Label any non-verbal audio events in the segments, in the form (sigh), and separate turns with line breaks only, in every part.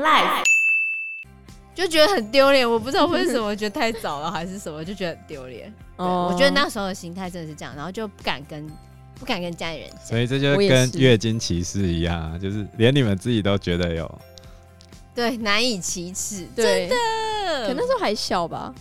life。
就觉得很丢脸。我不知道为什么觉得太早了还是什么，就觉得很丢
(laughs)
脸。对
哦
我觉得那时候的心态真的是这样，然后就不敢跟不敢跟家里人
所
讲。
以这就
我也
跟
是
月经歧视一样啊，就是连你们自己都觉得有。
对，难以启齿。真
对
的，
可那时候还小吧。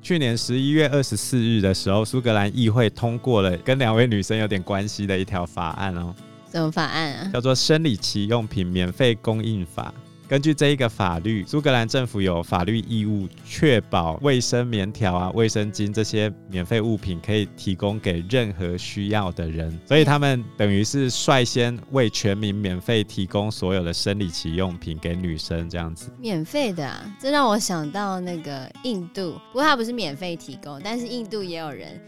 去年十一月二十四日的时候，苏格兰议会通过了跟两位女生有点关系的一条法案哦，
什么法案啊？
叫做《生理期用品免费供应法》。根据这一个法律，苏格兰政府有法律义务确保卫生棉条啊、卫生巾这些免费物品可以提供给任何需要的人，所以他们等于是率先为全民免费提供所有的生理期用品给女生这样子。
免费的啊，这让我想到那个印度，不过它不是免费提供，但是印度也有人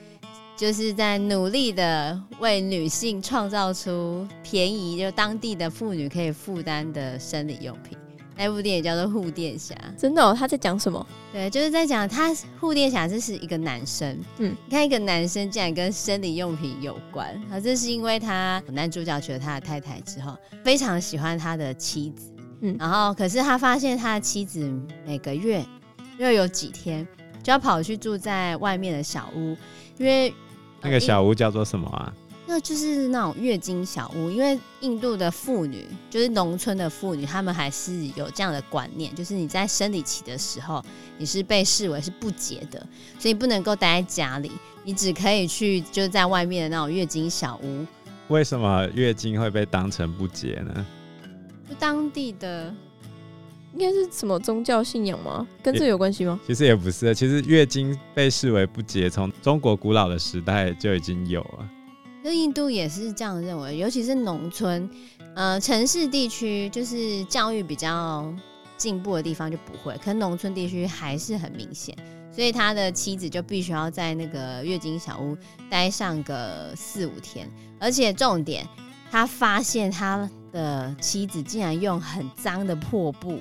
就是在努力的为女性创造出便宜，就当地的妇女可以负担的生理用品。那部电影叫做《护垫侠》，
真的、哦，他在讲什么？
对，就是在讲他护垫侠，这是一个男生，嗯
嗯，
你看一个男生竟然跟生理用品有关，好，这是因为他男主角娶了他的太太之后，非常喜欢他的妻子，嗯
嗯，
然后可是他发现他的妻子每个月又有几天就要跑去住在外面的小屋，因为
那个小屋叫做什么啊？
那就是那种月经小屋，因为印度的妇女，就是农村的妇女，她们还是有这样的观念，就是你在生理期的时候，你是被视为是不洁的，所以你不能够待在家里，你只可以去就是在外面的那种月经小屋，
为什么月经会被当成不洁呢？
就当地的
应该是什么宗教信仰吗？跟这有关系吗？
其实也不是，其实月经被视为不洁，从中国古老的时代就已经有了。
那印度也是这样认为，尤其是农村，呃，城市地区就是教育比较进步的地方就不会，可是农村地区还是很明显，所以他的妻子就必须要在那个月经小屋待上个四五天，而且重点，他发现他的妻子竟然用很脏的破布，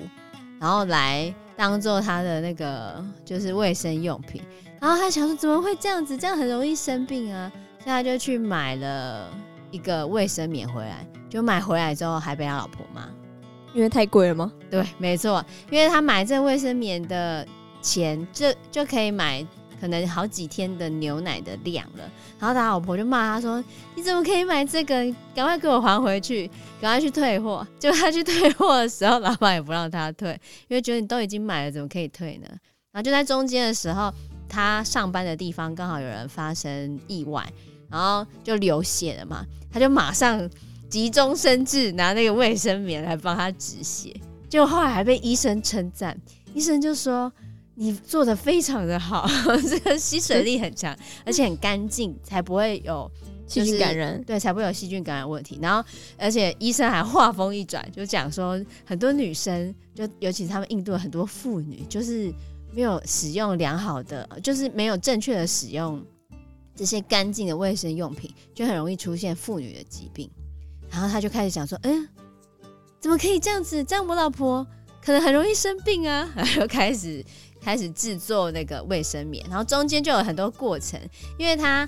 然后来当做他的那个就是卫生用品，然后他想说怎么会这样子，这样很容易生病啊。所以他就去买了一个卫生棉回来，就买回来之后还被他老婆骂。
因为太贵了吗？
对，没错，因为他买这卫生棉的钱，这就可以买可能好几天的牛奶的量了。然后他老婆就骂他说：“你怎么可以买这个？赶快给我还回去，赶快去退货。”结果他去退货的时候，老板也不让他退，因为觉得你都已经买了，怎么可以退呢？然后就在中间的时候，他上班的地方刚好有人发生意外，然后就流血了嘛，他就马上急中生智，拿那个卫生棉来帮他止血。结果后来还被医生称赞，医生就说你做的非常的好， (laughs) 这个吸水力很强，而且很干净，才不会有
细菌感染，
对才不会有细菌感染问题。然后，而且医生还话锋一转，就讲说很多女生，就尤其他们印度很多妇女，就是没有使用良好的，就是没有正确的使用这些干净的卫生用品，就很容易出现妇女的疾病。然后他就开始讲说，嗯，怎么可以这样子？这样我老婆可能很容易生病啊。 (laughs) 然后又开始开始制作那个卫生棉，然后中间就有很多过程，因为他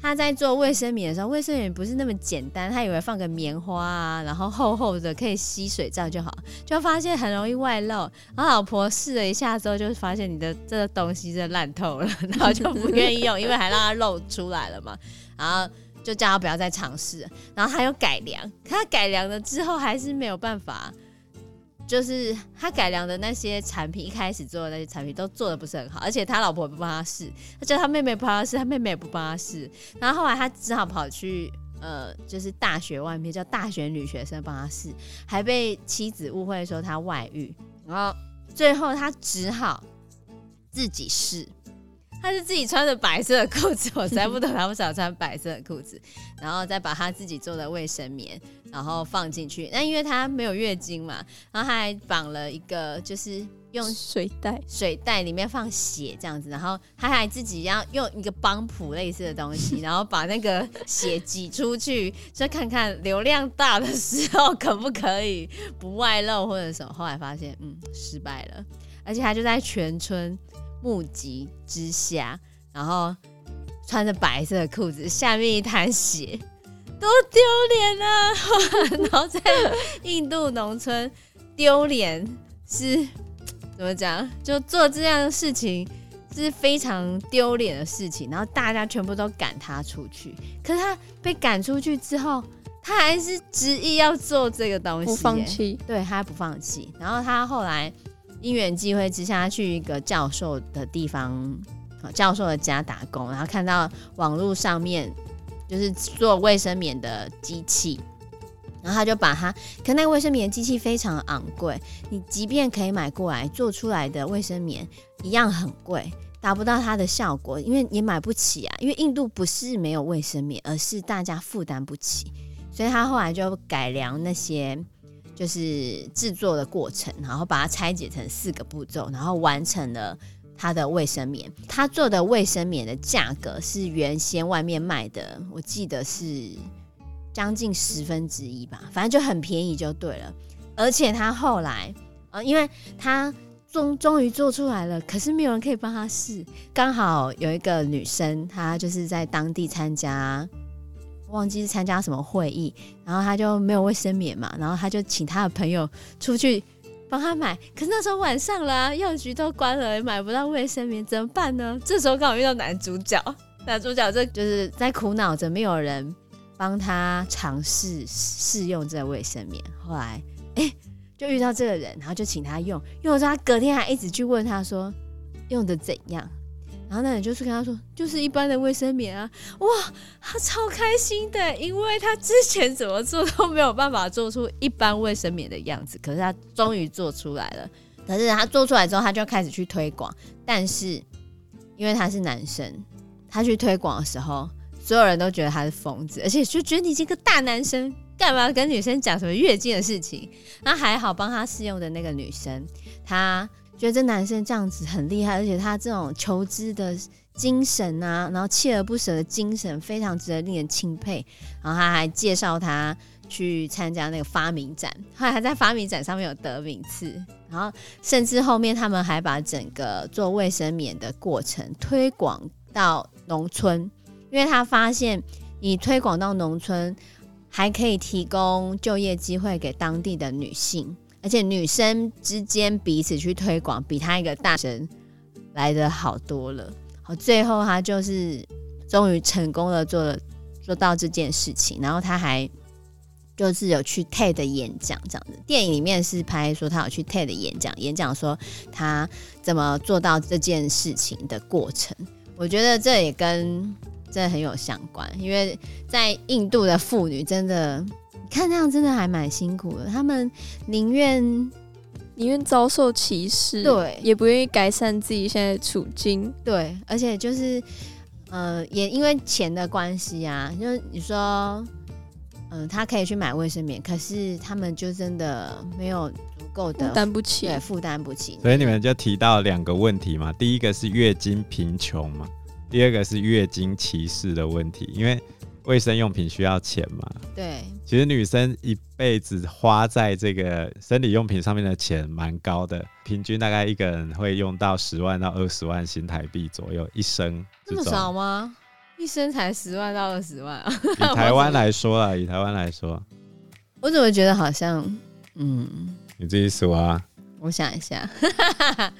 他在做卫生棉的时候，卫生棉不是那么简单，他以为放个棉花啊，然后厚厚的可以吸水这样就好，就发现很容易外漏。然后老婆试了一下之后，就发现你的这个东西真的烂透了， (laughs) 然后就不愿意用，因为还让它漏出来了嘛。然后就叫他不要再尝试了，然后他又改良，可他改良了之后还是没有办法。就是他改良的那些产品，一开始做的那些产品都做的不是很好，而且他老婆不帮他试，他叫他妹妹帮他试，他妹妹也不帮他试，然后后来他只好跑去呃，就是大学外面叫大学女学生帮他试，还被妻子误会说他外遇，然后最后他只好自己试。他是自己穿着白色的裤子，我实在不懂他为什么穿白色的裤子，然后再把他自己做的卫生棉，然后放进去。那因为他没有月经嘛，然后他还绑了一个，就是用
水袋，
水袋里面放血这样子，然后他还自己要用一个帮浦类似的东西，然后把那个血挤出去，就看看流量大的时候可不可以不外露或者什么。后来发现，嗯，失败了，而且他就在全村募集之下，然后穿着白色的裤子，下面一滩血，多丢脸啊！ (laughs) 然后在印度农村丢脸是怎么讲？就做这样的事情是非常丢脸的事情，然后大家全部都赶他出去。可是他被赶出去之后，他还是执意要做这个东西、
不放
耶
弃，
对他不放弃。然后他后来因缘际会之下，他去一个教授的地方，呃教授的家打工，然后看到网络上面就是做卫生棉的机器。然后他就把它，可那个卫生棉机器非常昂贵，你即便可以买过来做出来的卫生棉一样很贵，达不到它的效果，因为也买不起啊。因为印度不是没有卫生棉，而是大家负担不起，所以他后来就改良那些就是制作的过程，然后把它拆解成四个步骤，然后完成了它的卫生棉。它做的卫生棉的价格是原先外面卖的，我记得是将近十分之一吧，反正就很便宜就对了。而且它后来，呃，因为它终终于做出来了，可是没有人可以帮他试。刚好有一个女生，她就是在当地参加，忘记是参加什么会议，然后他就没有卫生棉嘛，然后他就请他的朋友出去帮他买。可是那时候晚上啦、药局都关了，也买不到卫生棉，怎么办呢？这时候刚好遇到男主角，男主角这就是在苦恼着没有人帮他尝试试用这个卫生棉。后来，哎、就遇到这个人，然后就请他用，用了之后，他隔天还一直去问他说用的怎样。然后那人就是跟他说，就是一般的卫生棉啊，哇，他超开心的，因为他之前怎么做都没有办法做出一般卫生棉的样子，可是他终于做出来了。可是他做出来之后，他就开始去推广，但是因为他是男生，他去推广的时候，所有人都觉得他是疯子，而且就觉得你这个大男生干嘛跟女生讲什么月经的事情？那还好，帮他试用的那个女生，她觉得这男生这样子很厉害，而且他这种求知的精神啊，然后锲而不舍的精神非常值得令人钦佩。然后他还介绍他去参加那个发明展，后来他在发明展上面有得名次。然后甚至后面他们还把整个做卫生棉的过程推广到农村，因为他发现你推广到农村，还可以提供就业机会给当地的女性，而且女生之间彼此去推广，比他一个大神来的好多了。好，最后他就是终于成功的做了做到这件事情，然后他还就是有去 TED 演讲这样子。电影里面是拍说他有去 TED 演讲，演讲说他怎么做到这件事情的过程。我觉得这也跟这很有相关，因为在印度的妇女真的你看那样真的还蛮辛苦的，他们宁愿
宁愿遭受歧视，
对
也不愿意改善自己现在的处境。
对，而且就是，呃，也因为钱的关系啊，就是你说，嗯、他可以去买卫生棉，可是他们就真的没有足够
负
的
担不起，
对负担不起。
所以你们就提到两个问题嘛，第一个是月经贫穷嘛，第二个是月经歧视的问题，因为卫生用品需要钱嘛。
对
其实女生一辈子花在这个生理用品上面的钱蛮高的，平均大概一个人会用到十万到二十万新台币左右一生
这
之
么
中。
少吗？一生才十万到二十万啊！ (laughs)
以台湾来说啊，以台湾来说，
我怎么觉得好像，嗯，
你自己数啊，
我想一下， (laughs)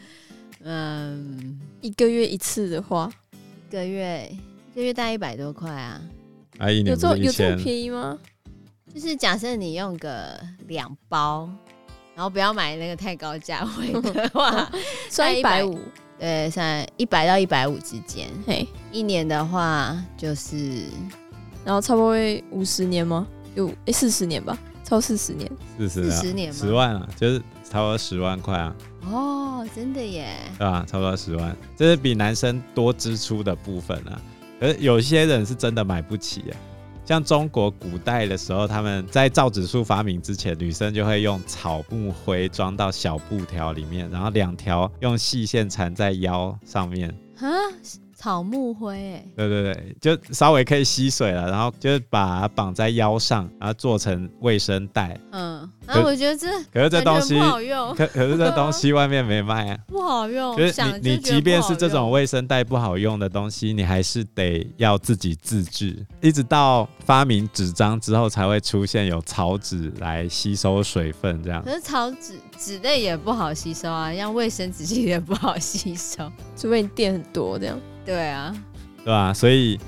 嗯，
一个月一次的话，
一个月一个月大概一百多块啊，
啊一
有
年
这
不
么
是
有
一
这么
千，
便宜吗？
就是假设你用个两包，然后不要买那个太高价位的话，
算一
大概
百五，
对，在一百到一百五之间。
嘿，
一年的话，就是
然后差不多五十年吗？有诶四十年吧，超四十年。
四十啊，
40年吗
十万啊，就是差不多十万块啊，
哦，真的耶，
对吧？差不多十万，这是比男生多支出的部分啊。可是有些人是真的买不起耶，像中国古代的时候，他们在造纸术发明之前，女生就会用草木灰装到小布条里面，然后两条用细线缠在腰上面，
啊，草木灰、哎，
对对对，就稍微可以吸水了，然后就是把它绑在腰上，然后做成卫生带。
嗯，然后我觉得这
可是这
感觉
东西
不，好用，
可可是这东西外面没
(laughs)
卖啊。
不好用。
就是
想
你，你
就觉得
即便
不好
是这种
用，
卫生带不好用的东西，你还是得要自己自制。一直到发明纸张之后，才会出现有草纸来吸收水分这样
可。是草纸纸类也不好吸收啊，像卫生纸其实也不好 (laughs) 吸收。
除非你垫很多这样。
对啊，
对吧、所以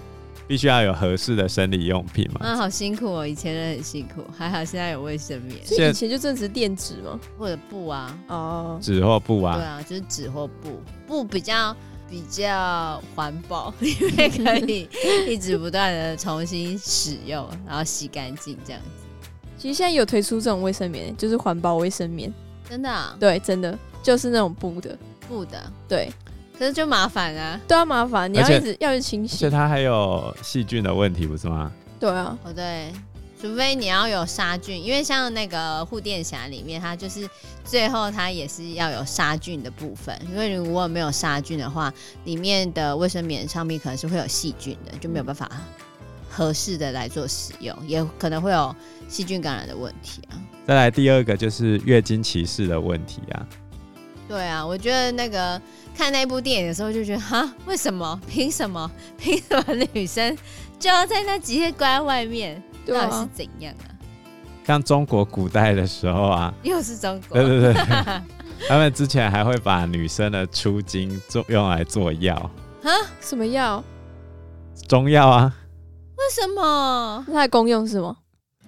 必须要有合适的生理用品嘛。
啊，好辛苦哦，以前人很辛苦，还好现在有卫生棉
所以
现
以前就正值垫纸嘛。
或者布啊，
哦，
纸或布
对
啊，
啊，就是纸或布，布比较比较环保， (laughs) 因为可以一直不断的重新使用，然后洗干净这样子。
其实现在有推出这种卫生棉，就是环保卫生棉。
真的、啊、
对，真的就是那种布的。
布的，
对，
可是就麻烦啊。
对啊，麻烦你
而
要
且
一直要去清
而且
洗。
它还有细菌的问题，不是吗？
对啊，
哦，对，除非你要有杀菌，因为像那个护垫侠里面，它就是最后它也是要有杀菌的部分，因为如果没有杀菌的话，里面的卫生棉上面可能是会有细菌的，就没有办法合适的来做使用，也可能会有细菌感染的问题啊。
再来第二个就是月经歧视的问题啊，
对啊，我觉得那个看那部电影的时候就觉得，哈， (laughs) 为什么？凭什么？凭什么女生就要在那几天关在外面？
对
到底是
啊，
怎样啊？
像中国古代的时候
(laughs)
啊，
又是中国，
呃
对对对，他们之前还会把女生的出经做用来做药，
什么药？
中药啊，
为什么？
那它的功用是什么？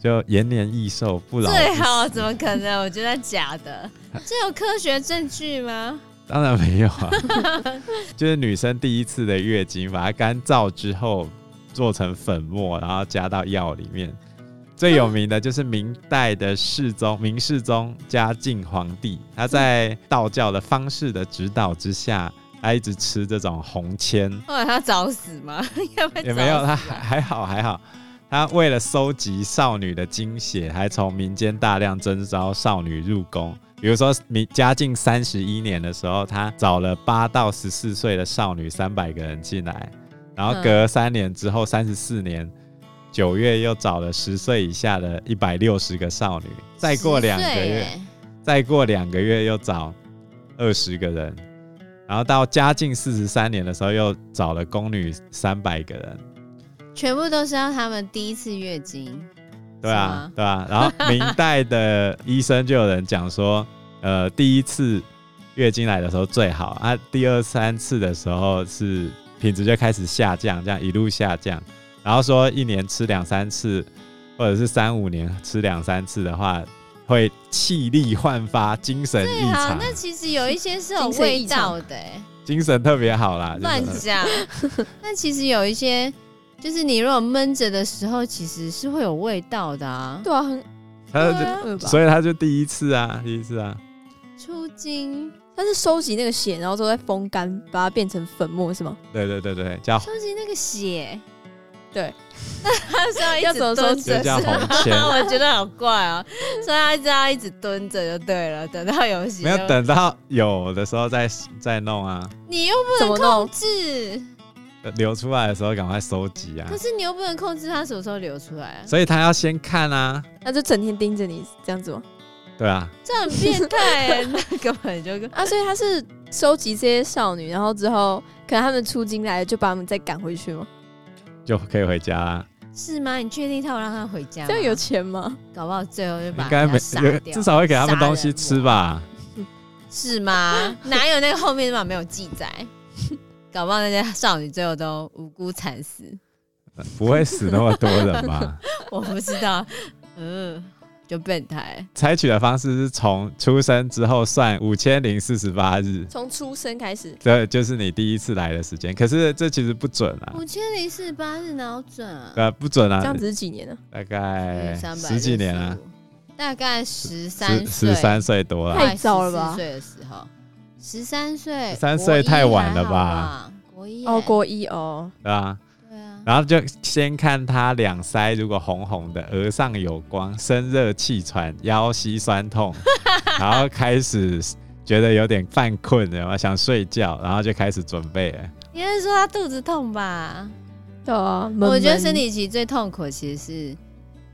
就延年益寿不老。
最好怎么可能？我觉得假
(laughs)
的，这有科学证据吗？
当然没有啊， (laughs) 就是女生第一次的月经，把它干燥之后做成粉末，然后加到药里面。最有名的就是明代的世宗明世宗嘉靖皇帝，他在道教的方士的指导之下，他一直吃这种红铅，
后来他找死吗？ (laughs) 要不
也没有，他还还好还好。他为了收集少女的精血，还从民间大量征召少女入宫。比如说，明嘉靖三十一年的时候，他找了八到十四岁的少女三百个人进来，然后
嗯
隔三年之后，三十四年九月又找了十岁以下的一百六十个少女，再过两个月，再过两个月又找二十个人，然后到嘉靖四十三年的时候又找了宫女三百个人，
全部都是要他们第一次月经，
对啊
是吗，
对啊。然后明代的医生就有人讲说，呃，第一次月经来的时候最好啊，第二三次的时候是品质就开始下降，这样一路下降。然后说一年吃两三次，或者是三五年吃两三次的话，会气力焕发、精神
对
异
啊
常，，
那其实有一些是有味道的、欸，
精神特别好啦。
乱
就是
讲。 (laughs) 那其实有一些，就是你如果闷着的时候，其实是会有味道的啊。
对啊，很
他
对啊
恶吧？
所以他就第一次啊，第一次啊，
出精，
它是收集那个血，然后之后再风干，把它变成粉末是吗？
对对对对，叫
收集那个血，
对，
(laughs) 他是要
要
一直
怎么收
蹲
集
着
就叫
是吗。
红铅
(laughs) 我觉得好怪哦、所以他一直要一直蹲着就对了，等到有血
没有，等到有的时候再再弄啊，
你又不
怎么
能控
弄？
制，
流出来的时候赶快收集啊
可。是你又不能控制它什么时候流出来、啊，
所以他要先看啊，
那就整天盯着你这样子吗？
对啊，
这很变态、欸，那根本就跟
啊，所以他是收集这些少女，然后之后可能他们出京来了，就把他们再赶回去吗？
就可以回家啊啦。
是吗？你确定他有让他回家吗？
这样有钱吗？
搞不好最后就把
应该
人家
没
杀掉，
有，至少会给他们东西吃
杀人魔？
吧。
是吗？哪有那个后面嘛没有记载？搞不好那些少女最后都无辜惨死，
不会死那么多人
(laughs)
吧？
我不知道，嗯，就变态。
采取的方式是从出生之后算五千零四十八日，
从出生开始，
这就是你第一次来的时间。可是这其实不准啊，
五千零四十八日哪有准啊？
呃，不准
这
啊
样，子是几年呢？
大概
365
哎十几年啊，，
大概十三
十十三岁多了。
太早了吧
岁的时候，十三岁，
13岁太晚了吧
吧？国一
哦，
还
国一哦，
对啊，
对啊，
然后就先看他两腮，如果红红的，额上有光，身热气喘，腰膝酸痛，然后开始觉得有点犯困了，想睡觉，然后就开始准备了。
你应该是说他肚子痛吧？
对啊，闷
我觉得
闷
生理期最痛苦的其实是，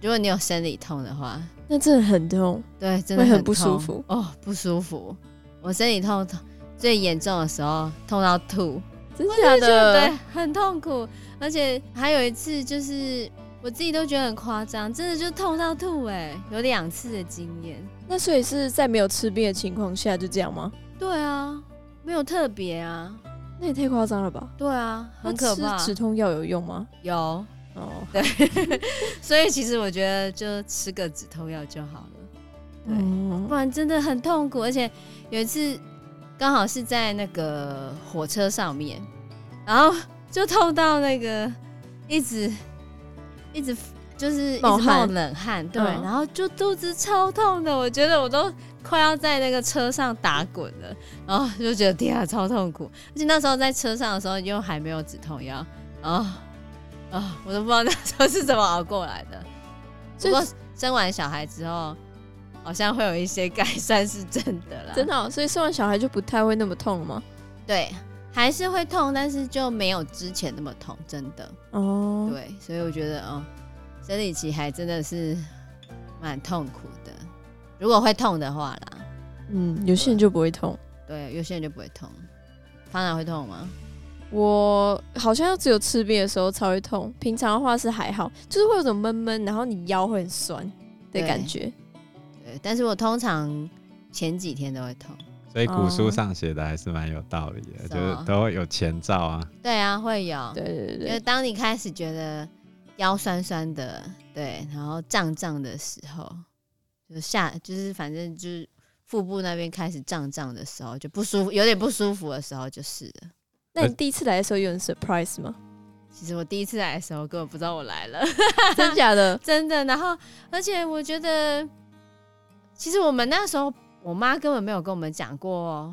如果你有生理痛的话，
那真的很痛，
对，真的
会很
痛
不舒服
哦，不舒服。我生理痛痛最严重的时候，痛到吐，
真
我
假
就觉得
的
对，很痛苦。而且还有一次，就是我自己都觉得很夸张，真的就痛到吐、哎，有两次的经验。
那所以是在没有吃冰的情况下就这样吗？
对啊，没有特别啊，
那也太夸张了吧？
对啊，很可
那
怕
吃。止痛药有用吗？
有，
哦，
所以其实我觉得就吃个止痛药就好了，对
嗯
不然真的很痛苦。而且有一次刚好是在那个火车上面，然后就痛到那个一直一直就是一直
冒
冒
汗
冷汗，对，
嗯
然后就肚子超痛的，我觉得我都快要在那个车上打滚了，然后就觉得天啊超痛苦，而且那时候在车上的时候又还没有止痛药，啊啊，我都不知道那时候是怎么熬过来的。
所
不
以
过生完小孩之后，好像会有一些改善是真的啦。
真的哦、所以生完小孩就不太会那么痛了吗？
对，还是会痛，但是就没有之前那么痛，真的。
哦，
对，所以我觉得哦，生理期还真的是蛮痛苦的。如果会痛的话啦，
嗯，有些人就不会痛。
对，有些人就不会痛。方然会痛吗？
我好像只有吃冰的时候才会痛，平常的话是还好，就是会有种闷闷，然后你腰会很酸的
对
感觉。
对，但是我通常前几天都会痛。
所以古书
哦
上写的还是蛮有道理的，
什
就
么
是都会有前兆啊。
对啊，会有。
对对
因为
对，
当你开始觉得腰酸酸的，对，然后胀胀的时候，就下就是反正就是腹部那边开始胀胀的时候，就不舒服，有点不舒服的时候就是了。
那你第一次来的时候有很 surprise 吗？ (laughs)
其实我第一次来的时候根本不知道我来了，
真假
(laughs)
的？
真的。然后，而且我觉得，其实我们那时候我妈根本没有跟我们讲过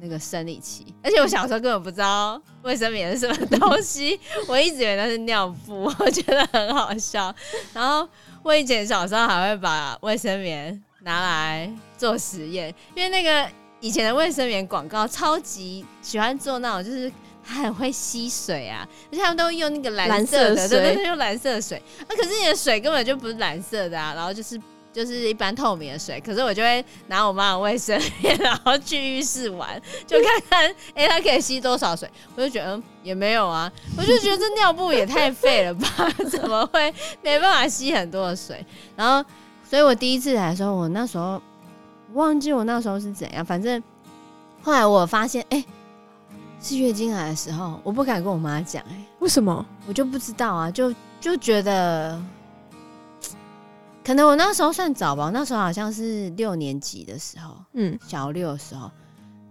那个生理期，而且我小时候根本不知道卫生棉是什么东西，我一直以为那是尿布，我觉得很好笑。然后我以前小时候还会把卫生棉拿来做实验，因为那个以前的卫生棉广告超级喜欢做那种就是。很会吸水啊，而且他们都会用那个蓝色的，
蓝色水
对对对，用蓝色的水。那、可是你的水根本就不是蓝色的啊，然后就是就是一般透明的水。可是我就会拿我妈的卫生棉， (laughs) 然后去浴室玩，就看看哎、它可以吸多少水。我就觉得、嗯、也没有啊，我就觉得这尿布也太废了吧， (laughs) 怎么会没办法吸很多的水？然后，所以我第一次来的时候，我那时候忘记我那时候是怎样，反正后来我发现，哎、是月经来的时候，我不敢跟我妈讲、哎，
为什么？
我就不知道啊，就就觉得。可能我那时候算早吧，我那时候好像是六年级的时候，
嗯
小六的时候，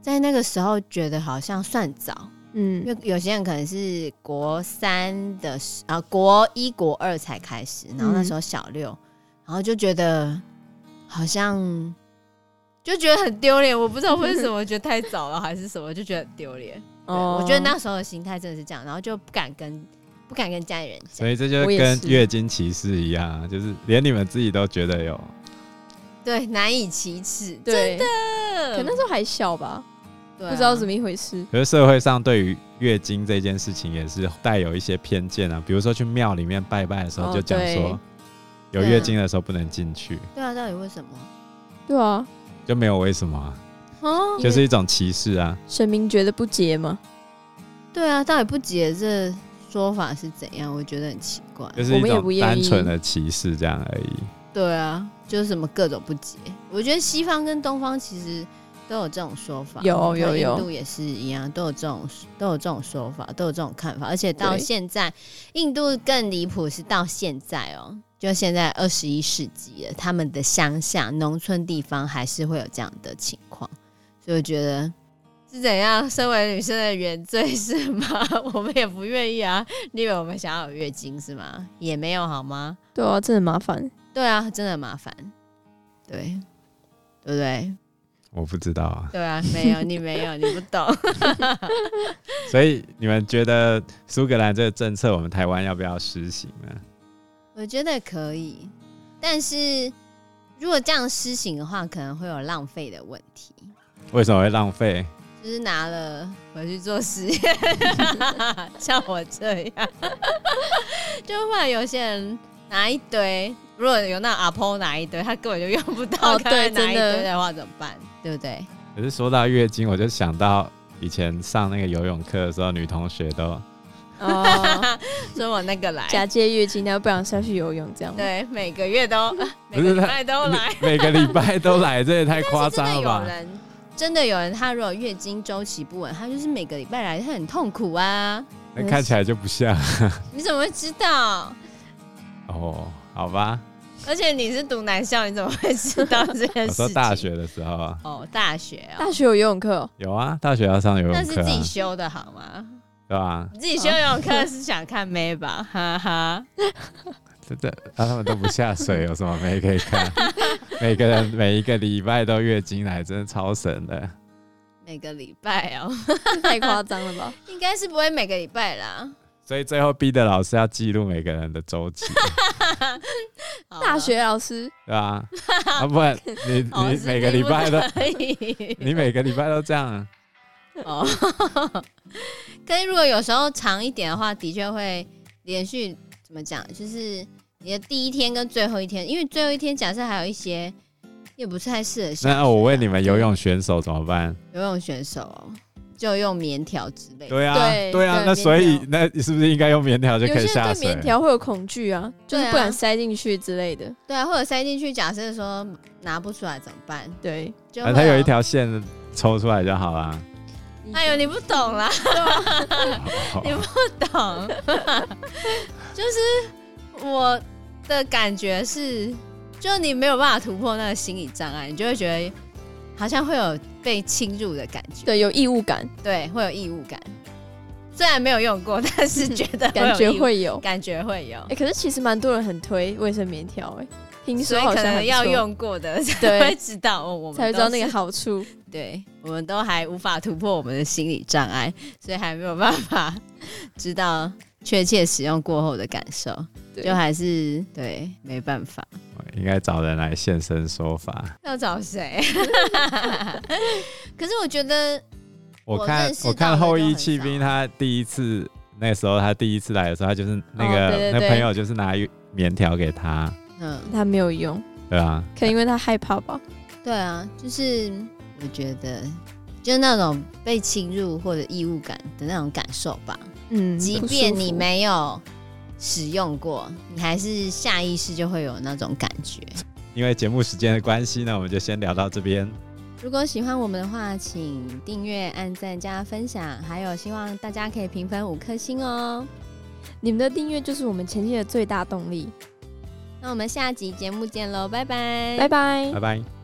在那个时候觉得好像算早，因
嗯
为有些人可能是国三的时啊，国一国二才开始，然后那时候小六，
嗯
然后就觉得好像就觉得很丢脸，我不知道为什么，我觉得太早了还是什么，就觉得很丢脸。哦，我觉得那时候的心态真的是这样，然后就不敢跟不敢跟家里人
所
讲。
以这就
我也
跟
是
月经歧视一样啊，就是连你们自己都觉得有。
对，难以启齿，真
对，
的
可那时候还小吧，
对啊
不知道怎么一回事。
可是社会上对于月经这件事情也是带有一些偏见啊，比如说去庙里面拜拜的时候
哦
就讲说，有
对
月
啊
经的时候不能进去，
对啊，到底为什么？
对啊，
就没有为什么啊，
哦，
就是一种歧视啊。
神明觉得不洁吗？
对啊，到底不解这说法是怎样？我觉得很奇怪。
就是一
我们也不
种
愿意
单纯的歧视这样而已。
对啊，就是什么各种不解。我觉得西方跟东方其实都有这种说法，
有
像
有有
印度也是一样，都有这种都有这种说法，都有这种看法。而且到
对
现在，印度更离谱是到现在哦、就现在二十一世纪了，他们的乡下、农村地方还是会有这样的情况，所以我觉得。是怎样？身为女生的原罪是吗？ (laughs) 我们也不愿意啊。你以为我们想要有月经是吗？也没有好吗？
对啊，真的麻烦。
对啊，真的很麻烦，对，对不对？
我不知道啊，
对啊，没有你没有，你不懂。
所以你们觉得苏格兰这个政策，我们台湾要不要实行呢？
(laughs) 我觉得可以，但是如果这样施行的话，可能会有浪费的问题。
为什么会浪费？
就是拿了回去做实验，像我这样， (laughs) 就忽然有些人拿一堆，如果有那阿婆拿一堆，他根本就用不到，
哦
他还
对
拿一
真
堆
的
的话怎么办？对不对？
可是说到月经，我就想到以前上那个游泳课的时候，女同学都
哦，
所以我那个来，
(laughs) 假借月经，然后不想下去游泳这
(laughs)
样。，
对，啊每个月
(laughs)
都每
不
个
是
礼
他
拜都来，
每每个礼拜都来，这也太
(laughs)
夸
真的
张了啊
有
吧？
人。真的有人，他如果月经周期不稳，他就是每个礼拜来，他很痛苦啊！ (laughs)
那看起来就不像
你怎么会知道？
哦，好吧。
而且你是读男校，你怎么会知道这件事情？
(laughs) 我说大学的时候啊，
哦，大学哦，
大学有游泳课
(laughs)
哦，
有啊，大学要上游泳
那是
课、
自己
啊，
修的好吗？
对吧？
你自己修游泳课是想看妹吧？ (laughs) 哈哈，
这这、啊他们都不下水，有什么妹可以看？每个人每一个礼拜都月经来，真的超神的。
每个礼拜
(laughs)
哦，
太夸张了吧？
应该是不会每个礼拜啦。
所以最后逼的老师要记录每个人的周期， (laughs)
好了
大学老师
对吧？啊，
(laughs)
不然你
哦
你
是
每个礼拜都
不可以
你每个礼拜都这样，啊
哦。 (laughs) 可是如果有时候长一点的话，的确会连续怎么讲？就是你的第一天跟最后一天，因为最后一天假设还有一些也不太适合像
那啊我问你们，游泳选手怎么办？
游泳选手哦，就用棉条之类的。
对啊，
对
对啊，
对
那所以
棉
那是不是应该用棉条就
有
可以
些
下
人对
水
棉？条会有恐惧啊，就是
对啊
不敢塞进去之类的。
对啊，或者塞进去，假设说拿不出来怎么办？
对，
就
啊，
会
它有一，条线抽出来就好啦。
(laughs)
哎呦，你不懂啦，你
哦
(laughs) 不懂，就是我的感觉是，就你没有办法突破那个心理障碍，你就会觉得好像会有被侵入的感觉，
对有异物感，
对，会有异物感。虽然没有用过，但是觉得有
(laughs) 感觉
异物，
会有。
感觉会有
哎、，可是其实蛮多人很推卫生棉条，哎，听
所
说
以
好
可
像还
能
不
要
错，
用过的才
对
(laughs) 会知道哦，我们
才会知
都
道
是
那个好处。
对，我们都还无法突破我们的心理障碍，所以还没有办法知道确切使用过后的感受，
对
就还是对没办法。
应该找人来现身说法。
要找谁？ (laughs) 可是我觉得
我看
认识
我看
到的
后
就
羿
很
弃
少
兵，他第一次那时候他第一次来的时候，他就是那个、
哦对对
那
对
朋友就是拿棉条给他，
嗯，
他没有用，
对啊吧？
可能因为他害怕吧。
对啊，就是我觉得就是那种被侵入或者异物感的那种感受吧。
嗯，
即
不舒
便你
服
没有使用过，你还是下意识就会有那种感觉。
因为节目时间的关系呢，我们就先聊到这边。
如果喜欢我们的话，请订阅、按赞、加分享，还有希望大家可以评分五颗星哦。
你们的订阅就是我们前进的最大动力。
那我们下集节目见喽，拜拜，
拜拜
拜。拜。